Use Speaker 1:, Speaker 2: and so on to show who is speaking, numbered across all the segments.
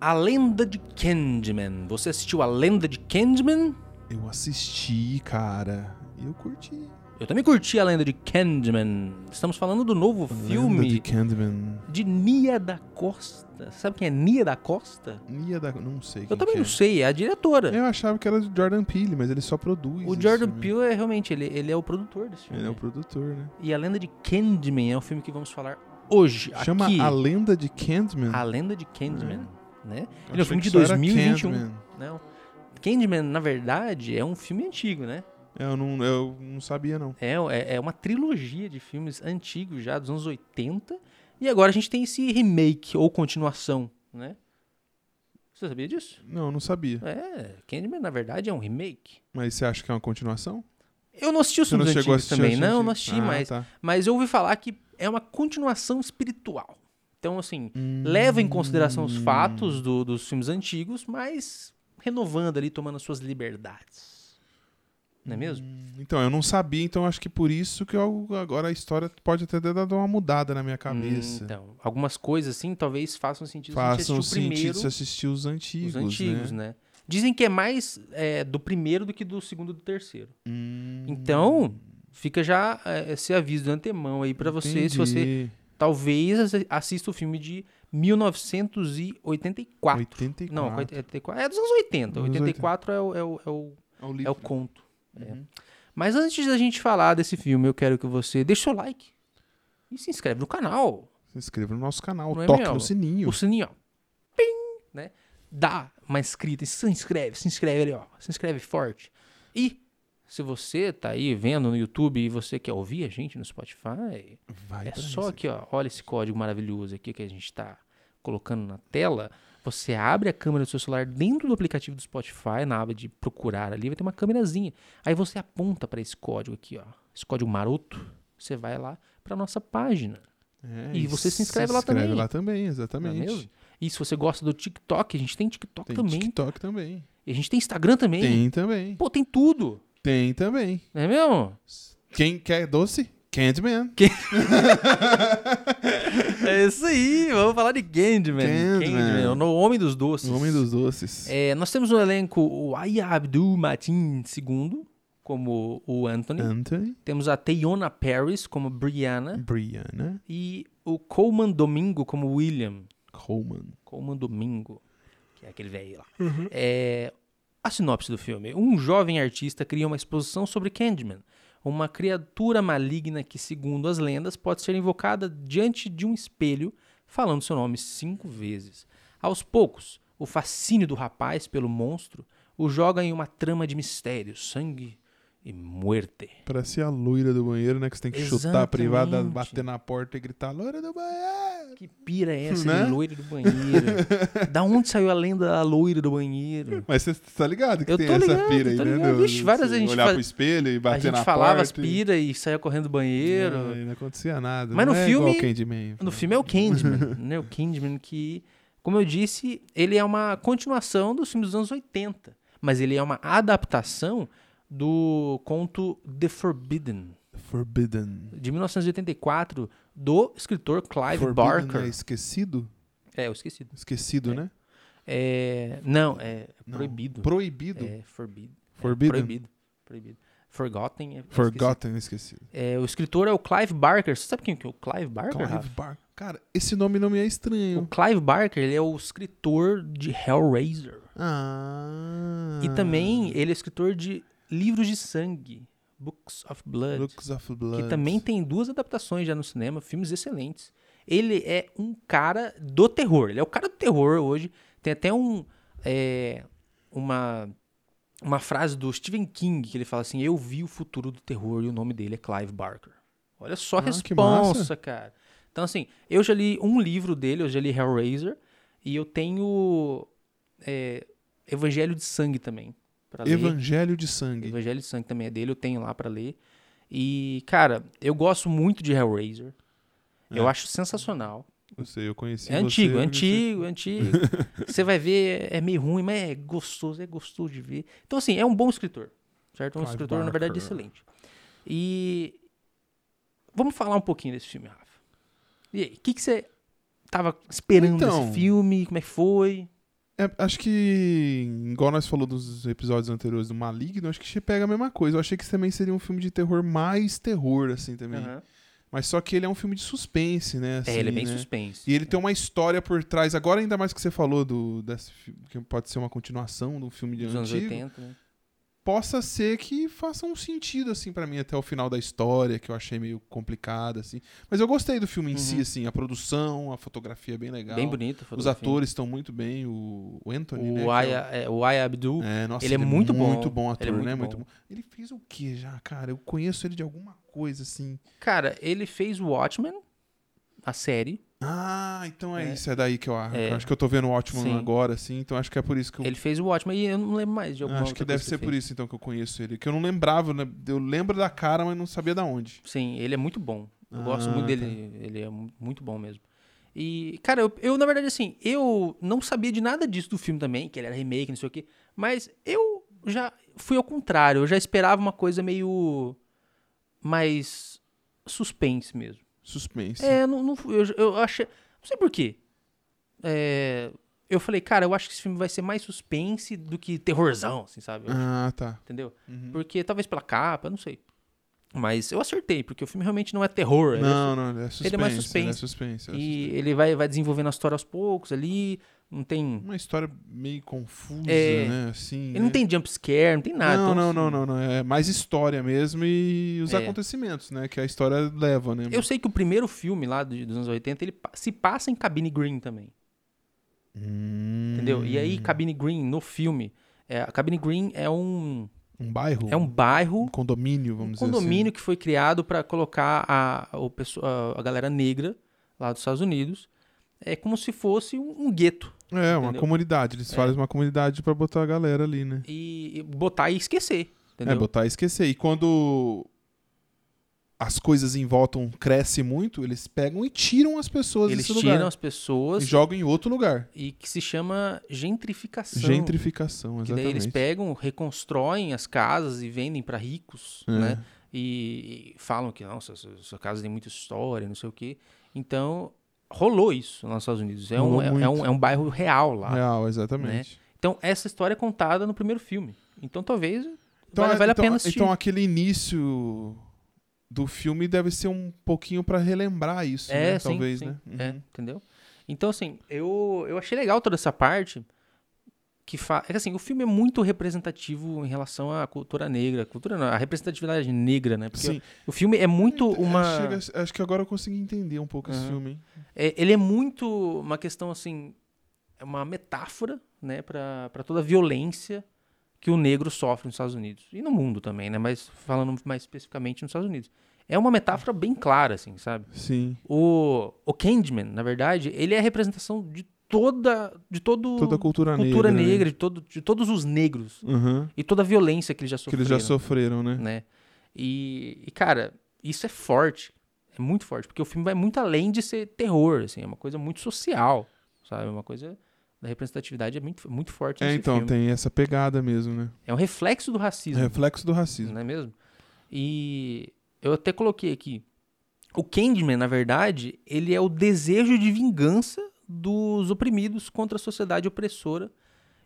Speaker 1: A Lenda de Candyman. Você assistiu A Lenda de Candyman?
Speaker 2: Eu assisti, cara. E eu curti.
Speaker 1: Eu também curti A Lenda de Candyman. Estamos falando do novo filme
Speaker 2: Lenda de Candyman.
Speaker 1: de Nia da Costa. Sabe quem é Nia da Costa?
Speaker 2: Nia da... Não sei
Speaker 1: Eu
Speaker 2: quem
Speaker 1: também
Speaker 2: que
Speaker 1: não sei, é a
Speaker 2: é.
Speaker 1: diretora.
Speaker 2: Eu achava que era do Jordan Peele, mas ele só produz.
Speaker 1: O
Speaker 2: esse
Speaker 1: Jordan
Speaker 2: filme.
Speaker 1: Peele é realmente, ele, ele é o produtor desse filme.
Speaker 2: Ele é o produtor, né?
Speaker 1: E a lenda de Candyman é o filme que vamos falar hoje.
Speaker 2: Chama
Speaker 1: aqui.
Speaker 2: A Lenda de Candyman.
Speaker 1: A Lenda de Candyman, né? Ele é um
Speaker 2: Eu achei
Speaker 1: filme
Speaker 2: que
Speaker 1: de
Speaker 2: só era
Speaker 1: 2021.
Speaker 2: Candyman.
Speaker 1: Não. Candyman, na verdade, é um filme antigo, né?
Speaker 2: É, Eu não, eu não sabia, não.
Speaker 1: É, é, é uma trilogia de filmes antigos já, dos anos 80. E agora a gente tem esse remake ou continuação, né? Você sabia disso?
Speaker 2: Não, eu não sabia.
Speaker 1: É, Candyman, na verdade, é um remake.
Speaker 2: Mas você acha que é uma continuação?
Speaker 1: Eu não assisti os
Speaker 2: Você não
Speaker 1: filmes
Speaker 2: chegou a
Speaker 1: antigos
Speaker 2: assistir?
Speaker 1: também.
Speaker 2: os
Speaker 1: Não,
Speaker 2: antigos?
Speaker 1: não assisti,
Speaker 2: ah,
Speaker 1: mas,
Speaker 2: Tá.
Speaker 1: mas eu ouvi falar que é uma continuação espiritual. Então, assim,
Speaker 2: Hum.
Speaker 1: leva em consideração os fatos do- dos filmes antigos, mas renovando ali, tomando as suas liberdades. Não é mesmo?
Speaker 2: Hum, Então, eu não sabia, então acho que por isso que eu- agora a história pode até ter dado uma mudada na minha cabeça.
Speaker 1: Então, algumas coisas assim talvez façam sentido se a
Speaker 2: Façam
Speaker 1: gente assistir o
Speaker 2: sentido
Speaker 1: primeiro,
Speaker 2: se assistir os antigos,
Speaker 1: os antigos, né? Dizem que é mais é, do primeiro do que do segundo e do terceiro.
Speaker 2: Hum,
Speaker 1: Então, fica já é, esse aviso de antemão aí pra você, se você
Speaker 2: entendi.
Speaker 1: talvez assi- assista o filme de 1984.
Speaker 2: 84.
Speaker 1: Não, 84. É dos anos 80.
Speaker 2: Dos
Speaker 1: 84 é o, é o, é o,
Speaker 2: É o
Speaker 1: é
Speaker 2: livro.
Speaker 1: o conto. É.
Speaker 2: Uhum.
Speaker 1: Mas antes da gente falar desse filme, eu quero que você deixe seu like e se inscreve no canal.
Speaker 2: Se inscreva no nosso canal,
Speaker 1: Não é
Speaker 2: toque
Speaker 1: mesmo?
Speaker 2: no sininho.
Speaker 1: O sininho, ó. Pim, né? Dá uma inscrita, se inscreve, se inscreve ali, ó. Se inscreve forte. E se você tá aí vendo no YouTube e você quer ouvir a gente no Spotify,
Speaker 2: Vai
Speaker 1: é
Speaker 2: pra
Speaker 1: só
Speaker 2: isso.
Speaker 1: aqui, ó. Olha esse código maravilhoso aqui que a gente tá colocando na tela. Você abre a câmera do seu celular dentro do aplicativo do Spotify, na aba de procurar ali, vai ter uma câmerazinha. Aí você aponta para esse código aqui, ó. Esse código maroto, você vai lá para nossa página.
Speaker 2: É,
Speaker 1: E você se inscreve lá
Speaker 2: inscreve
Speaker 1: também.
Speaker 2: lá também,
Speaker 1: Não é
Speaker 2: exatamente.
Speaker 1: mesmo? E se você gosta do TikTok, a gente tem TikTok
Speaker 2: Tem
Speaker 1: também.
Speaker 2: TikTok também.
Speaker 1: E a gente tem Instagram também.
Speaker 2: Tem também.
Speaker 1: Pô, tem tudo.
Speaker 2: Tem também.
Speaker 1: Não é mesmo?
Speaker 2: Quem quer doce? Candyman.
Speaker 1: É isso aí. Vamos falar de Candyman.
Speaker 2: Candyman.
Speaker 1: o homem dos doces.
Speaker 2: O homem dos doces.
Speaker 1: É, nós temos no elenco o Aya Abdul Matin II, como o Anthony.
Speaker 2: Anthony,
Speaker 1: Temos a Teyona Paris como Brianna.
Speaker 2: Brianna,
Speaker 1: E o Coleman Domingo como William.
Speaker 2: Coleman.
Speaker 1: Coleman um Domingo, que é aquele velho lá. É, a sinopse do filme. Um jovem artista cria uma exposição sobre Candyman, uma criatura maligna que, segundo as lendas, pode ser invocada diante de um espelho, falando seu nome cinco vezes. Aos poucos, o fascínio do rapaz pelo monstro o joga em uma trama de mistério, sangue e muerte.
Speaker 2: Parece a loira do banheiro, né? Que você tem que chutar a privada,
Speaker 1: Exatamente.
Speaker 2: bater na porta e gritar, loira do banheiro!
Speaker 1: Que pira é essa
Speaker 2: Né?
Speaker 1: de loira do banheiro? da onde saiu a lenda da loira do banheiro?
Speaker 2: Mas você tá ligado que
Speaker 1: Eu
Speaker 2: tem
Speaker 1: tô
Speaker 2: essa
Speaker 1: ligado,
Speaker 2: pira aí,
Speaker 1: tô
Speaker 2: né?
Speaker 1: ligado.
Speaker 2: do-
Speaker 1: Vixe, várias
Speaker 2: você
Speaker 1: vezes a gente
Speaker 2: Olhar
Speaker 1: faz-
Speaker 2: pro espelho e É.
Speaker 1: A
Speaker 2: bater
Speaker 1: gente
Speaker 2: na
Speaker 1: falava
Speaker 2: porta.
Speaker 1: as pira e saía correndo do banheiro.
Speaker 2: Ai, não acontecia nada.
Speaker 1: Mas
Speaker 2: não
Speaker 1: no
Speaker 2: é igual
Speaker 1: filme-
Speaker 2: Candyman.
Speaker 1: No filme é o Candyman, né? O Candyman que, como eu disse, ele é uma continuação dos filmes dos anos 80. Mas ele é uma adaptação do conto The Forbidden,
Speaker 2: Forbidden.
Speaker 1: de 1984, do escritor Clive
Speaker 2: Forbidden
Speaker 1: Barker.
Speaker 2: é esquecido?
Speaker 1: É, eu esqueci.
Speaker 2: Esquecido,
Speaker 1: É.
Speaker 2: né?
Speaker 1: É, não, é
Speaker 2: Não.
Speaker 1: proibido.
Speaker 2: Proibido.
Speaker 1: É forbid-
Speaker 2: Forbidden.
Speaker 1: proibido. Proibido. Forgotten. É, é
Speaker 2: Forgotten, esquecido.
Speaker 1: esquecido. É, o escritor é o Clive Barker. Você sabe quem que é o Clive Barker? Rafa?
Speaker 2: Clive Barker. Cara, esse nome não me é
Speaker 1: O
Speaker 2: estranho.
Speaker 1: Clive Barker, ele é o escritor de Hellraiser.
Speaker 2: Ah.
Speaker 1: E também ele é escritor de livros de sangue, Books of Blood,
Speaker 2: Looks of Blood.
Speaker 1: que também tem duas adaptações já no cinema, filmes excelentes. Ele é um cara do terror, ele é o cara do terror hoje. Tem até um é, uma uma frase do Stephen King que ele fala assim: "Eu vi o futuro do terror" e o nome dele é Clive Barker. Olha só a
Speaker 2: Ah, que
Speaker 1: responsa,
Speaker 2: massa.
Speaker 1: cara. Então assim, eu já li um livro dele, eu já li Hellraiser e eu tenho é, Evangelho de Sangue também. pra ler.
Speaker 2: Evangelho de Sangue.
Speaker 1: Evangelho de Sangue também é dele, eu tenho lá pra ler. E, cara, eu gosto muito de Hellraiser. Eu acho sensacional.
Speaker 2: Eu sei, eu conheci
Speaker 1: é
Speaker 2: É. você,
Speaker 1: antigo,
Speaker 2: eu
Speaker 1: é
Speaker 2: conheci-
Speaker 1: antigo, é antigo. Você vai ver, é meio ruim, mas é gostoso, é gostoso de ver. Então, assim, é um bom escritor, certo? É Um
Speaker 2: Clive
Speaker 1: escritor, na verdade,
Speaker 2: Barker.
Speaker 1: excelente. E vamos falar um pouquinho desse filme, Rafa. E aí, o que, que você tava esperando
Speaker 2: Então.
Speaker 1: desse filme? Como é que foi?
Speaker 2: É, acho que, igual nós falamos dos episódios anteriores do Maligno, acho que você pega a mesma coisa. Eu achei que isso também seria um filme de terror mais terror, assim, também.
Speaker 1: Aham.
Speaker 2: Mas só que ele é um filme de suspense, né?
Speaker 1: é, ele é
Speaker 2: assim,
Speaker 1: bem
Speaker 2: né?
Speaker 1: suspense.
Speaker 2: E ele tem uma história por trás. Agora, ainda mais que você falou do desse fi- que pode ser uma continuação de um filme de
Speaker 1: dos anos
Speaker 2: antigo,
Speaker 1: 80, né?
Speaker 2: possa ser que faça um sentido, assim, pra mim, até o final da história, que eu achei meio complicado, assim. Mas eu gostei do filme em si,
Speaker 1: Uhum.
Speaker 2: assim, a produção, a fotografia é bem legal.
Speaker 1: Bem bonito. a
Speaker 2: Os
Speaker 1: fotografia.
Speaker 2: atores estão muito bem, o o Anthony, né? que é
Speaker 1: O Aya, é, o Aya Abdul.
Speaker 2: É, nossa,
Speaker 1: Ele é muito bom.
Speaker 2: Muito bom ator,
Speaker 1: Ele é muito
Speaker 2: né?
Speaker 1: bom.
Speaker 2: Muito bom. Ele fez o que já, cara? Eu conheço ele de alguma coisa, assim.
Speaker 1: Cara, ele fez Watchmen, a série.
Speaker 2: Ah, então é,
Speaker 1: É.
Speaker 2: isso, é daí que eu acho.
Speaker 1: É.
Speaker 2: Eu acho que eu tô vendo o Watchman
Speaker 1: Sim.
Speaker 2: agora, assim, então acho que é por isso que eu.
Speaker 1: Ele fez o Watchmen e eu não lembro mais de alguma
Speaker 2: acho que
Speaker 1: outra coisa assim.
Speaker 2: deve ser
Speaker 1: ele
Speaker 2: por isso, então, que eu conheço ele. Que eu não lembrava, né? Eu lembro da cara, mas não sabia da onde.
Speaker 1: Sim, ele é muito bom. Eu
Speaker 2: Ah,
Speaker 1: gosto muito dele. Ele é mu- muito bom mesmo. E, cara, eu, eu, na verdade, assim, eu não sabia de nada disso do filme também, que ele era remake, não sei o quê. Mas eu já fui ao contrário. Eu já esperava uma coisa meio. mais. suspense mesmo.
Speaker 2: Suspense.
Speaker 1: É, não, não, fui- eu, eu achei. Não sei porquê. É, eu falei, cara, eu acho que esse filme vai ser mais suspense do que terrorzão, assim, sabe?
Speaker 2: Ah, tá.
Speaker 1: Entendeu?
Speaker 2: Uhum.
Speaker 1: Porque talvez pela capa, não sei. Mas eu acertei, porque o filme realmente não é terror. ele é
Speaker 2: Não, não, ele é suspense.
Speaker 1: Ele é mais
Speaker 2: Ele é
Speaker 1: suspense.
Speaker 2: suspense. ele é
Speaker 1: e
Speaker 2: suspense.
Speaker 1: ele vai, vai desenvolvendo a história aos poucos ali. Não tem.
Speaker 2: Uma história meio confusa,
Speaker 1: É.
Speaker 2: né? Assim.
Speaker 1: Ele não
Speaker 2: né?
Speaker 1: tem jump scare, não tem nada.
Speaker 2: Não,
Speaker 1: então,
Speaker 2: não,
Speaker 1: assim,
Speaker 2: não, não, não. É mais história mesmo e os
Speaker 1: É.
Speaker 2: acontecimentos, né? Que a história leva, né?
Speaker 1: Eu sei que o primeiro filme lá de- dos anos 80, ele pa- se passa em Cabine Green também.
Speaker 2: Hum.
Speaker 1: Entendeu? E aí, Cabine Green, no filme. É, a Cabine Green é um,
Speaker 2: Um bairro?
Speaker 1: é um bairro,
Speaker 2: um condomínio,
Speaker 1: um
Speaker 2: vamos dizer assim.
Speaker 1: condomínio que foi criado para colocar a, o pesso- a, a galera negra lá dos Estados Unidos. É como se fosse um, um gueto.
Speaker 2: assim. É, uma
Speaker 1: entendeu?
Speaker 2: comunidade. Eles fazem uma comunidade pra botar a galera ali, né?
Speaker 1: E, e botar e esquecer. Entendeu?
Speaker 2: É, botar e esquecer. E quando as coisas em volta um cresce muito, eles pegam e tiram as pessoas
Speaker 1: Eles
Speaker 2: desse
Speaker 1: tiram
Speaker 2: lugar.
Speaker 1: as pessoas
Speaker 2: E jogam em outro lugar.
Speaker 1: e que se chama gentrificação.
Speaker 2: Gentrificação,
Speaker 1: que daí
Speaker 2: exatamente.
Speaker 1: eles pegam, reconstroem as casas e vendem para ricos,
Speaker 2: É.
Speaker 1: né? E, e falam que, nossa, sua, sua casa tem muita história, não sei o quê. Então, rolou isso nos Estados Unidos. É, um,
Speaker 2: Rolou
Speaker 1: é,
Speaker 2: muito.
Speaker 1: é um, é um bairro real lá.
Speaker 2: Real, exatamente.
Speaker 1: Então, essa história é contada no primeiro filme. Então, talvez
Speaker 2: Então,
Speaker 1: vale,
Speaker 2: é-
Speaker 1: vale
Speaker 2: então-
Speaker 1: a pena assistir.
Speaker 2: Então aquele início do filme deve ser um pouquinho pra relembrar isso,
Speaker 1: é,
Speaker 2: né?
Speaker 1: sim,
Speaker 2: Talvez,
Speaker 1: sim.
Speaker 2: né?
Speaker 1: É,
Speaker 2: Uhum.
Speaker 1: entendeu? Então, assim, eu, eu achei legal toda essa parte. Que fa... É que, assim, o filme é muito representativo em relação à cultura negra. Cultura não, a representatividade negra, né? Porque
Speaker 2: Sim.
Speaker 1: o filme é muito
Speaker 2: É,
Speaker 1: uma...
Speaker 2: chega- acho que agora eu consegui entender um pouco esse
Speaker 1: Uhum.
Speaker 2: filme, hein?
Speaker 1: É, ele é muito uma questão, assim... É uma metáfora, né? Pra, pra toda a violência que o negro sofre nos Estados Unidos. E no mundo também, né? Mas falando mais especificamente nos Estados Unidos. É uma metáfora bem clara, assim, sabe?
Speaker 2: Sim.
Speaker 1: O, o Candyman, na verdade, ele é a representação de toda de todo
Speaker 2: Toda a cultura,
Speaker 1: Uhum. cultura
Speaker 2: né?
Speaker 1: negra, de, todo, de todos os negros
Speaker 2: Uhum.
Speaker 1: e toda a violência que eles já
Speaker 2: Que
Speaker 1: sofreram,
Speaker 2: eles já sofreram, né?
Speaker 1: né? E, e, cara, isso é forte, é muito forte, porque o filme vai muito além de ser terror, assim, é uma coisa muito social, sabe? É Uma coisa da representatividade é muito, muito forte
Speaker 2: É,
Speaker 1: nesse
Speaker 2: então,
Speaker 1: filme.
Speaker 2: tem essa pegada mesmo, né?
Speaker 1: É um reflexo do racismo.
Speaker 2: Reflexo do racismo.
Speaker 1: Não é mesmo? E eu até coloquei aqui. O Candyman, na verdade, ele é o desejo de vingança dos oprimidos contra a sociedade opressora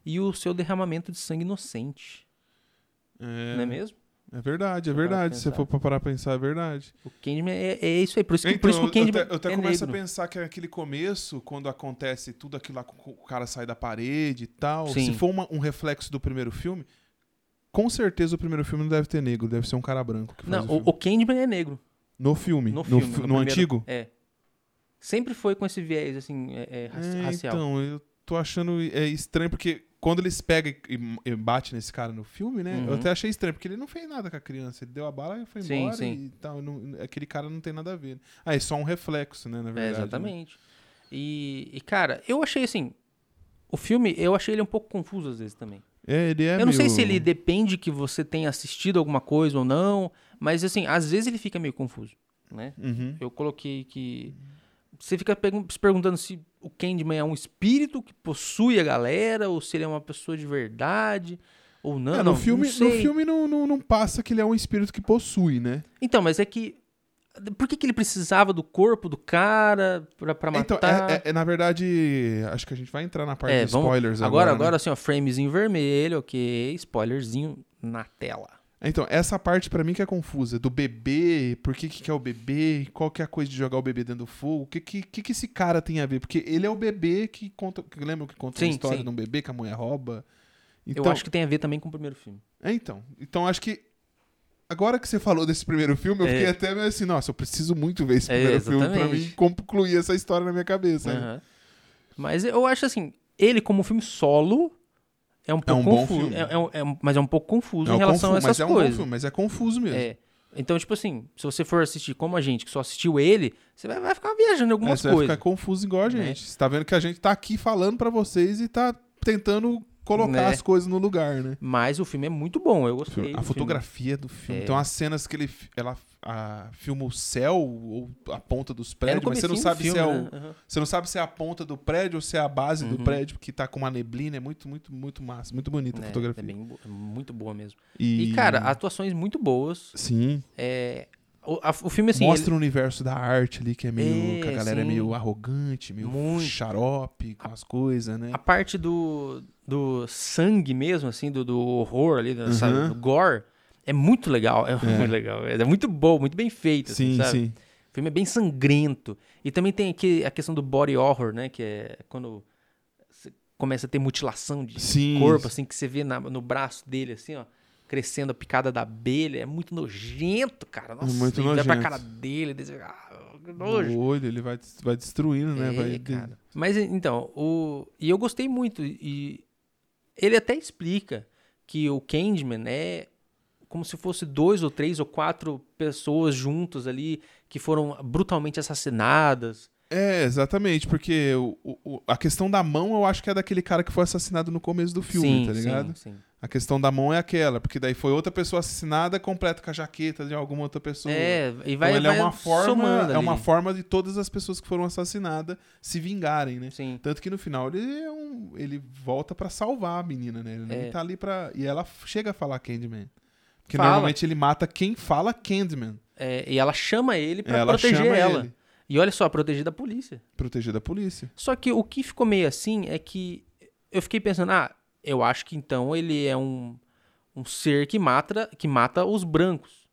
Speaker 1: e o seu derramamento de sangue inocente.
Speaker 2: É,
Speaker 1: Não é mesmo?
Speaker 2: é verdade, é
Speaker 1: Pra parar pra
Speaker 2: verdade. Se você
Speaker 1: pensar.
Speaker 2: for pra parar pra pensar, é verdade.
Speaker 1: O Candyman é, é isso aí. Por isso que,
Speaker 2: Então,
Speaker 1: por isso que o
Speaker 2: eu,
Speaker 1: Candyman
Speaker 2: até, eu até
Speaker 1: é
Speaker 2: começo a
Speaker 1: negro.
Speaker 2: pensar que aquele começo, quando acontece tudo aquilo lá, com- o cara sai da parede e tal.
Speaker 1: Sim.
Speaker 2: Se for uma- um reflexo do primeiro filme, com certeza o primeiro filme não deve ter negro, deve ser um cara branco. Que faz
Speaker 1: Não,
Speaker 2: o
Speaker 1: o,
Speaker 2: filme.
Speaker 1: o Candyman é negro.
Speaker 2: No filme.
Speaker 1: No filme.
Speaker 2: fi- no
Speaker 1: primeiro-
Speaker 2: antigo?
Speaker 1: É. Sempre foi com esse viés, assim, é, é, raci-
Speaker 2: É,
Speaker 1: racial.
Speaker 2: Então, eu tô achando é, estranho, porque quando eles pegam e, e bate nesse cara no filme, né?
Speaker 1: Uhum.
Speaker 2: Eu até achei estranho, porque ele não fez nada com a criança. Ele deu a bala e foi
Speaker 1: Sim,
Speaker 2: embora
Speaker 1: sim.
Speaker 2: e tal. não- aquele cara não tem nada a ver. Ah, é só um reflexo, né? Na
Speaker 1: É,
Speaker 2: verdade. né?
Speaker 1: exatamente. E, e, cara, eu achei assim. O filme, eu achei ele um pouco confuso às vezes também.
Speaker 2: É, ele é
Speaker 1: Eu não sei
Speaker 2: meio-
Speaker 1: se ele depende que você tenha assistido alguma coisa ou não, mas assim, às vezes ele fica meio confuso, né?
Speaker 2: Uhum.
Speaker 1: Eu coloquei que você fica pergun- se perguntando se o Candyman é um espírito que possui a galera ou se ele é uma pessoa de verdade ou não.
Speaker 2: É, no
Speaker 1: não
Speaker 2: filme, no
Speaker 1: sei.
Speaker 2: filme não, não, não passa que ele é um espírito que possui, né?
Speaker 1: Então, mas é que por que, que ele precisava do corpo do cara pra, pra matar?
Speaker 2: Então, é, é- é, na verdade, acho que a gente vai entrar na parte
Speaker 1: É,
Speaker 2: de
Speaker 1: vamos-
Speaker 2: spoilers
Speaker 1: Agora,
Speaker 2: agora. né?
Speaker 1: agora assim, ó, framezinho vermelho, ok, spoilerzinho na tela.
Speaker 2: Então, essa parte pra mim que é confusa. Do bebê, por que que que é o bebê, qual que é a coisa de jogar o bebê dentro do fogo, o que que, que que esse cara tem a ver? Porque ele é o bebê que conta, que lembra que conta a
Speaker 1: Sim,
Speaker 2: história
Speaker 1: sim.
Speaker 2: de um bebê que a mulher rouba? Então,
Speaker 1: Eu acho que tem a ver também com o primeiro filme.
Speaker 2: É, então. Então, acho que agora que você falou desse primeiro filme, eu
Speaker 1: É.
Speaker 2: fiquei até meio assim, nossa, eu preciso muito ver esse
Speaker 1: É,
Speaker 2: primeiro filme pra
Speaker 1: exatamente.
Speaker 2: mim concluir essa história na minha cabeça. né?
Speaker 1: Aham. Mas eu acho assim, ele como filme solo é um pouco
Speaker 2: um bom
Speaker 1: confuso.
Speaker 2: filme.
Speaker 1: é- é um- é um- mas é um pouco confuso
Speaker 2: É
Speaker 1: em relação
Speaker 2: confuso,
Speaker 1: a essas
Speaker 2: mas é um bom
Speaker 1: coisas.
Speaker 2: filme, mas é confuso mesmo.
Speaker 1: É. Então, tipo assim, se você for assistir como a gente, que só assistiu ele, você vai, vai ficar viajando em
Speaker 2: É,
Speaker 1: algumas
Speaker 2: você vai
Speaker 1: coisas.
Speaker 2: ficar confuso igual a
Speaker 1: Né?
Speaker 2: gente. Você tá vendo que a gente tá aqui falando pra vocês e tá tentando colocar
Speaker 1: Né?
Speaker 2: as coisas no lugar, né?
Speaker 1: Mas o filme é muito bom, eu
Speaker 2: O
Speaker 1: gostei.
Speaker 2: filme-
Speaker 1: do
Speaker 2: A
Speaker 1: filme.
Speaker 2: fotografia do filme.
Speaker 1: É.
Speaker 2: Então as cenas que ele fi- ela a- filma o céu ou a ponta
Speaker 1: É
Speaker 2: dos
Speaker 1: no
Speaker 2: prédios, mas você não
Speaker 1: comecinho do
Speaker 2: sabe se é o,
Speaker 1: filme, né? Aham.
Speaker 2: você não sabe se é a ponta do prédio ou se é a base do
Speaker 1: Uhum.
Speaker 2: prédio que tá com uma neblina, é muito muito muito massa, muito bonita a
Speaker 1: Né,
Speaker 2: fotografia.
Speaker 1: É bem bo- é muito boa mesmo. E, cara, atuações muito boas.
Speaker 2: sim,
Speaker 1: É, o, a- o filme, assim,
Speaker 2: mostra o universo da arte ali que é meio que a
Speaker 1: É,
Speaker 2: galera é
Speaker 1: sim.
Speaker 2: meio arrogante, meio
Speaker 1: Muito.
Speaker 2: xarope com as coisas, né?
Speaker 1: A parte do, do sangue mesmo, assim, do, do horror ali, da- sabe,
Speaker 2: Uhum.
Speaker 1: do gore, é muito legal. É, muito legal. É muito bom, muito bem feito, assim, sabe?
Speaker 2: sim.
Speaker 1: O filme é bem sangrento. E também tem aqui a questão do body horror, né? Que é quando você começa a ter mutilação de
Speaker 2: Sim.
Speaker 1: corpo, assim, que você vê na- no braço dele, assim, ó. Crescendo a picada da abelha. É muito nojento, cara. Nossa,
Speaker 2: muito
Speaker 1: e vai pra
Speaker 2: nojento.
Speaker 1: cara dele. desse- Ah, que nojo.
Speaker 2: O olho, ele vai, des- vai destruindo, né?
Speaker 1: É,
Speaker 2: Vai de-
Speaker 1: cara. Mas e- então, o... e eu gostei muito. E ele até explica que o Candyman é como se fosse dois ou três ou quatro pessoas juntas ali que foram brutalmente assassinadas.
Speaker 2: É, exatamente, porque o- o- o- a questão da mão eu acho que é daquele cara que foi assassinado no começo do filme,
Speaker 1: sim,
Speaker 2: tá ligado?
Speaker 1: Sim, sim.
Speaker 2: A questão da mão é aquela, porque daí foi outra pessoa assassinada completa com a jaqueta de alguma outra pessoa.
Speaker 1: É, e
Speaker 2: Então
Speaker 1: vai,
Speaker 2: ele
Speaker 1: vai
Speaker 2: é uma forma,
Speaker 1: somando
Speaker 2: é
Speaker 1: ali.
Speaker 2: uma forma de todas as pessoas que foram assassinadas se vingarem, né?
Speaker 1: Sim.
Speaker 2: Tanto que no final ele é um- ele volta pra salvar a menina, né? Ele nem
Speaker 1: É.
Speaker 2: tá ali pra. e ela f- chega a falar Candyman. Porque
Speaker 1: Fala.
Speaker 2: normalmente ele mata quem fala Candyman.
Speaker 1: É, e ela chama ele pra
Speaker 2: ela
Speaker 1: proteger
Speaker 2: chama
Speaker 1: ela.
Speaker 2: ele.
Speaker 1: E olha só, proteger da polícia.
Speaker 2: Proteger da polícia.
Speaker 1: Só que o que ficou meio assim é que eu fiquei pensando, ah, eu acho que então ele é um, um ser que mata, que mata os brancos.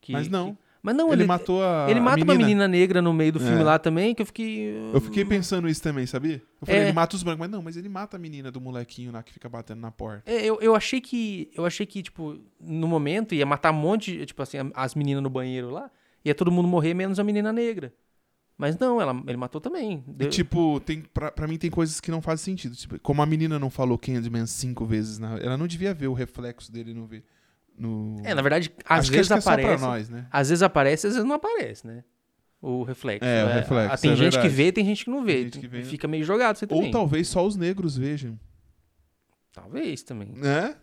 Speaker 1: Que-
Speaker 2: Mas não.
Speaker 1: que- mas não,
Speaker 2: ele,
Speaker 1: ele,
Speaker 2: matou a.
Speaker 1: ele
Speaker 2: a
Speaker 1: mata
Speaker 2: menina.
Speaker 1: uma menina negra no meio do filme
Speaker 2: É.
Speaker 1: lá também, que eu fiquei.
Speaker 2: Eu fiquei pensando isso também, sabia? Eu falei,
Speaker 1: É.
Speaker 2: ele mata os brancos. Mas não, mas ele mata a menina do molequinho lá que fica batendo na porta.
Speaker 1: É, eu, eu achei que. Eu achei que, tipo, no momento ia matar um monte, de- tipo assim, a- as meninas no banheiro lá, ia todo mundo morrer, menos a menina negra. Mas não, ela, ele matou também.
Speaker 2: E,
Speaker 1: Deu-
Speaker 2: tipo, tem, pra, pra mim tem coisas que não fazem sentido. Tipo, como a menina não falou Candyman cinco vezes, na- ela não devia ver o reflexo dele no. vi- no...
Speaker 1: é, na verdade, às
Speaker 2: Acho que-
Speaker 1: vezes
Speaker 2: acho que é
Speaker 1: aparece.
Speaker 2: só pra nós, né?
Speaker 1: Às vezes aparece, às vezes não aparece, né? O reflexo.
Speaker 2: É, o
Speaker 1: né?
Speaker 2: reflexo,
Speaker 1: Ah, Tem
Speaker 2: é
Speaker 1: gente
Speaker 2: verdade.
Speaker 1: que vê, tem gente que não
Speaker 2: Tem
Speaker 1: vê.
Speaker 2: gente que vê.
Speaker 1: Fica meio jogado você
Speaker 2: Ou
Speaker 1: também.
Speaker 2: talvez só os negros vejam,
Speaker 1: Talvez também.
Speaker 2: né?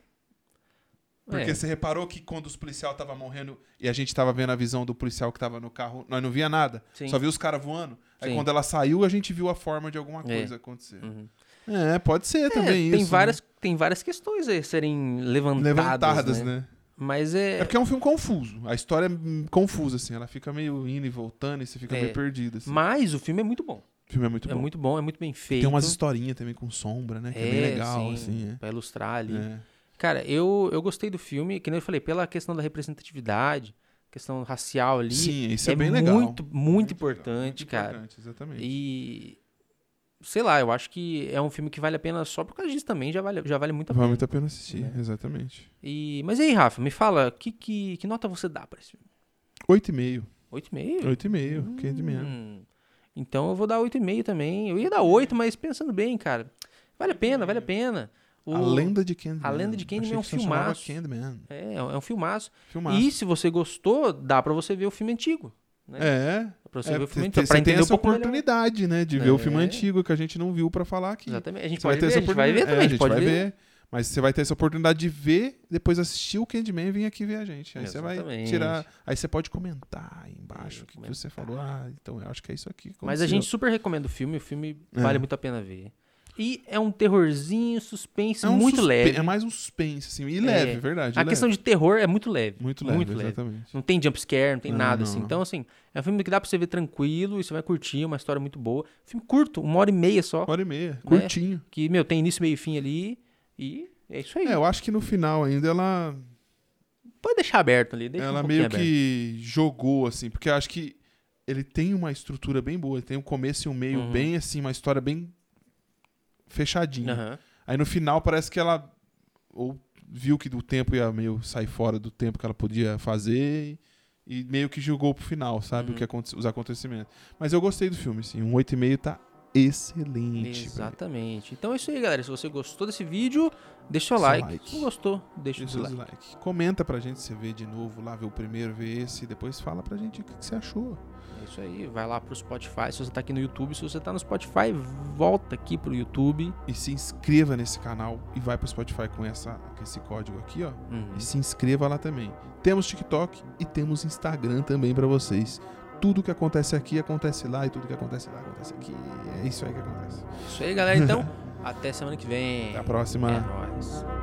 Speaker 2: Porque
Speaker 1: É.
Speaker 2: você reparou que quando os policial tava morrendo e a gente tava vendo a visão do policial que tava no carro, nós não via nada.
Speaker 1: Sim.
Speaker 2: Só viu os caras voando. Aí
Speaker 1: Sim.
Speaker 2: quando ela saiu, a gente viu a forma de alguma
Speaker 1: É.
Speaker 2: coisa acontecer.
Speaker 1: Uhum.
Speaker 2: É, pode ser
Speaker 1: É,
Speaker 2: também
Speaker 1: tem
Speaker 2: isso.
Speaker 1: várias, tem várias questões aí a serem
Speaker 2: né?
Speaker 1: levantadas.
Speaker 2: levantadas, né?
Speaker 1: Mas é.
Speaker 2: É porque é um filme confuso. A história é hum, confusa, assim. Ela fica meio indo e voltando e você fica
Speaker 1: É.
Speaker 2: meio perdido. assim.
Speaker 1: Mas o filme é muito bom.
Speaker 2: O filme é muito
Speaker 1: é
Speaker 2: bom.
Speaker 1: muito bom, é muito bem feito.
Speaker 2: Tem umas historinhas também com sombra, né? Que é, bem legal, assim. é.
Speaker 1: Pra ilustrar ali.
Speaker 2: É.
Speaker 1: Cara, eu, eu gostei do filme, que nem eu falei, pela questão da representatividade, questão racial ali.
Speaker 2: Sim, isso é, bem legal.
Speaker 1: Muito, muito,
Speaker 2: legal,
Speaker 1: importante,
Speaker 2: muito
Speaker 1: cara.
Speaker 2: importante, exatamente.
Speaker 1: E sei lá, eu acho que é um filme que vale a pena só por causa disso também, já vale, já vale muito a
Speaker 2: Vale
Speaker 1: pena.
Speaker 2: muito a pena assistir,
Speaker 1: Né?
Speaker 2: exatamente.
Speaker 1: E, mas e aí, Rafa, me fala, que, que, que nota você dá pra esse filme?
Speaker 2: 8,5.
Speaker 1: 8,5?
Speaker 2: 8,5. Hum. Candyman.
Speaker 1: Hum, então eu vou dar 8,5 também. Eu ia dar 8, mas pensando bem, cara, vale a pena, vale a pena. O-
Speaker 2: A Lenda de Candyman.
Speaker 1: A Lenda de Candyman
Speaker 2: Achei
Speaker 1: é um
Speaker 2: que só chamava
Speaker 1: filmaço.
Speaker 2: Candyman.
Speaker 1: É, é um filmaço.
Speaker 2: Filmaço.
Speaker 1: E se você gostou, dá pra você ver o filme antigo.
Speaker 2: É.
Speaker 1: Pra né? você
Speaker 2: é,
Speaker 1: ver o filme
Speaker 2: você-
Speaker 1: antigo,
Speaker 2: você
Speaker 1: pra
Speaker 2: tem
Speaker 1: entender um
Speaker 2: essa
Speaker 1: pouco melhor.
Speaker 2: oportunidade, né? De ver o filme
Speaker 1: É.
Speaker 2: antigo que a gente não viu pra falar aqui.
Speaker 1: Exatamente. A gente
Speaker 2: Você
Speaker 1: pode ver, a gente vai ver também,
Speaker 2: É,
Speaker 1: a gente pode ver.
Speaker 2: vai ver. Mas você vai ter essa oportunidade de ver, depois assistir o Candyman e vir aqui ver a gente. Aí você vai
Speaker 1: Exatamente.
Speaker 2: tirar. Aí você pode comentar aí embaixo o que, que
Speaker 1: comentar.
Speaker 2: você falou. Ah, então eu acho que é isso aqui. que
Speaker 1: Mas a
Speaker 2: aconteceu.
Speaker 1: gente super recomenda o filme, o filme
Speaker 2: É.
Speaker 1: vale muito a pena ver. E é um terrorzinho, suspense,
Speaker 2: É um
Speaker 1: muito
Speaker 2: suspe-
Speaker 1: leve.
Speaker 2: É mais um suspense, assim. E leve,
Speaker 1: É.
Speaker 2: verdade.
Speaker 1: a
Speaker 2: leve.
Speaker 1: questão de terror é muito leve.
Speaker 2: Muito leve,
Speaker 1: muito leve.
Speaker 2: exatamente.
Speaker 1: Não tem jump scare, não tem
Speaker 2: Não,
Speaker 1: nada,
Speaker 2: não,
Speaker 1: assim.
Speaker 2: não.
Speaker 1: Então, assim, é um filme que dá pra você ver tranquilo e você vai curtir, é uma história muito boa. Filme curto, uma hora e meia só.
Speaker 2: Hora e meia, curtinho.
Speaker 1: Que, meu, tem início, meio e fim ali. E é isso aí.
Speaker 2: É, eu acho que no final ainda ela,
Speaker 1: Pode deixar aberto ali. Deixa
Speaker 2: ela
Speaker 1: um pouquinho
Speaker 2: meio
Speaker 1: aberto.
Speaker 2: que jogou, assim, porque eu acho que ele tem uma estrutura bem boa, ele tem um começo e um meio
Speaker 1: Uhum.
Speaker 2: bem, assim, uma história bem fechadinha.
Speaker 1: Aham.
Speaker 2: Aí no final parece que ela ou viu que o tempo ia meio sair fora do tempo que ela podia fazer e meio que jogou pro final, sabe?
Speaker 1: Uhum.
Speaker 2: O que aconte- os acontecimentos. Mas eu gostei do filme, sim. Um 8,5 tá excelente. pra mim.
Speaker 1: Exatamente. Então é isso aí, galera. Se você gostou desse vídeo, deixa o
Speaker 2: Seu
Speaker 1: like.
Speaker 2: like.
Speaker 1: Se não gostou, deixa o
Speaker 2: Deixa o
Speaker 1: dislike.
Speaker 2: dislike. Comenta pra gente se você vê de novo lá, vê o primeiro, vê esse, e depois fala pra gente o que, que você achou.
Speaker 1: É isso aí. Vai lá pro Spotify. Se você tá aqui no YouTube, se você tá no Spotify, volta aqui pro YouTube.
Speaker 2: E se inscreva nesse canal e vai pro Spotify com, essa, com esse código aqui, ó.
Speaker 1: Uhum.
Speaker 2: E se inscreva lá também. Temos TikTok e temos Instagram também pra vocês. Tudo que acontece aqui acontece lá e tudo que acontece lá acontece aqui. É isso aí que acontece.
Speaker 1: Isso aí, galera. Então, até semana que vem.
Speaker 2: Até a próxima.
Speaker 1: É nóis.